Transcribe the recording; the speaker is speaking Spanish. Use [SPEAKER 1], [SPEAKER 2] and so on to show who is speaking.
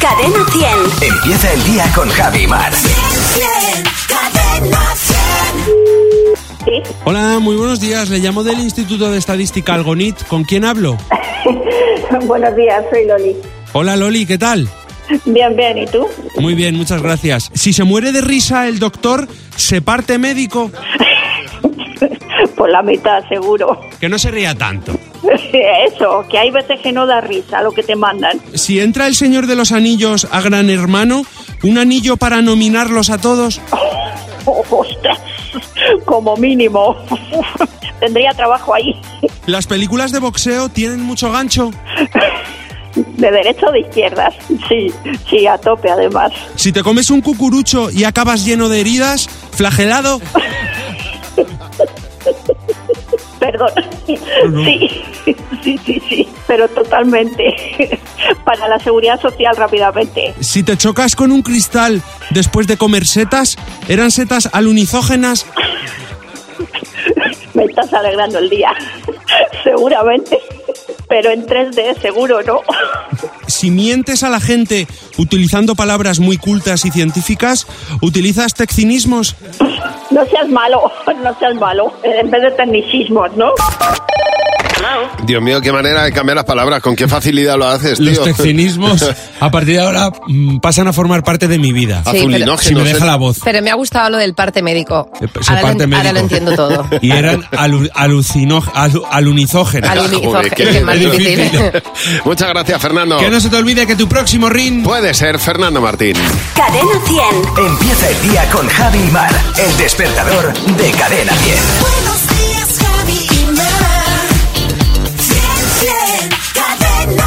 [SPEAKER 1] Cadena 100.
[SPEAKER 2] Empieza el día con Javi Mar.
[SPEAKER 1] Cadena 100.
[SPEAKER 3] Sí,
[SPEAKER 4] Hola, muy buenos días. Le llamo del Instituto de Estadística Algonit. ¿Con quién hablo?
[SPEAKER 3] buenos días, soy Loli.
[SPEAKER 4] Hola Loli, ¿qué tal?
[SPEAKER 3] Bien, bien, ¿y tú?
[SPEAKER 4] Muy bien, muchas gracias. Si se muere de risa el doctor, ¿se parte médico?
[SPEAKER 3] Por la mitad, seguro.
[SPEAKER 4] Que no se ría tanto.
[SPEAKER 3] Eso, que hay veces que no da risa lo que te mandan.
[SPEAKER 4] Si entra el señor de los anillos a gran hermano, ¿un anillo para nominarlos a todos?
[SPEAKER 3] Oh, ostras, como mínimo. Tendría trabajo ahí,
[SPEAKER 4] ¿Las películas de boxeo tienen mucho gancho?
[SPEAKER 3] de derecha o de izquierdas. Sí, sí, a tope además.
[SPEAKER 4] Si te comes un cucurucho y acabas lleno de heridas, flagelado.
[SPEAKER 3] Perdón.
[SPEAKER 4] no.
[SPEAKER 3] Sí, sí, sí, sí, pero totalmente. Para la seguridad social rápidamente.
[SPEAKER 4] Si te chocas con un cristal después de comer setas, ¿eran setas alunizógenas?
[SPEAKER 3] Me estás alegrando el día, seguramente. Pero en 3D seguro no.
[SPEAKER 4] Si mientes a la gente utilizando palabras muy cultas y científicas, utilizas tecnicismos.
[SPEAKER 3] No seas malo, no seas malo. En vez de tecnicismos, ¿no?
[SPEAKER 5] Dios mío, qué manera de cambiar las palabras, con qué facilidad lo haces, tío.
[SPEAKER 4] Los tecnicismos a partir de ahora mm, pasan a formar parte de mi vida.
[SPEAKER 5] Haz
[SPEAKER 6] Sí,
[SPEAKER 5] un
[SPEAKER 6] pero-
[SPEAKER 5] linógeno,
[SPEAKER 4] Si me
[SPEAKER 5] sé-
[SPEAKER 4] deja la voz.
[SPEAKER 6] Pero me ha gustado lo del parte médico.
[SPEAKER 4] Eh, pues, el
[SPEAKER 6] ahora,
[SPEAKER 4] parte
[SPEAKER 6] lo,
[SPEAKER 4] médico.
[SPEAKER 6] ahora lo entiendo todo.
[SPEAKER 4] Y eran alu- alucinó- alu- alunizógenas.
[SPEAKER 6] Al unísono,
[SPEAKER 5] Joder, qué
[SPEAKER 6] que es más
[SPEAKER 5] difícil.
[SPEAKER 6] difícil.
[SPEAKER 5] Muchas gracias, Fernando.
[SPEAKER 4] Que no se te olvide que tu próximo ring...
[SPEAKER 5] Puede ser Fernando Martín.
[SPEAKER 1] Cadena 100.
[SPEAKER 2] Empieza el día con Javi Mar. El despertador de Cadena 10.
[SPEAKER 1] Buenos días, Javi y Mar. 100, 100. Cadena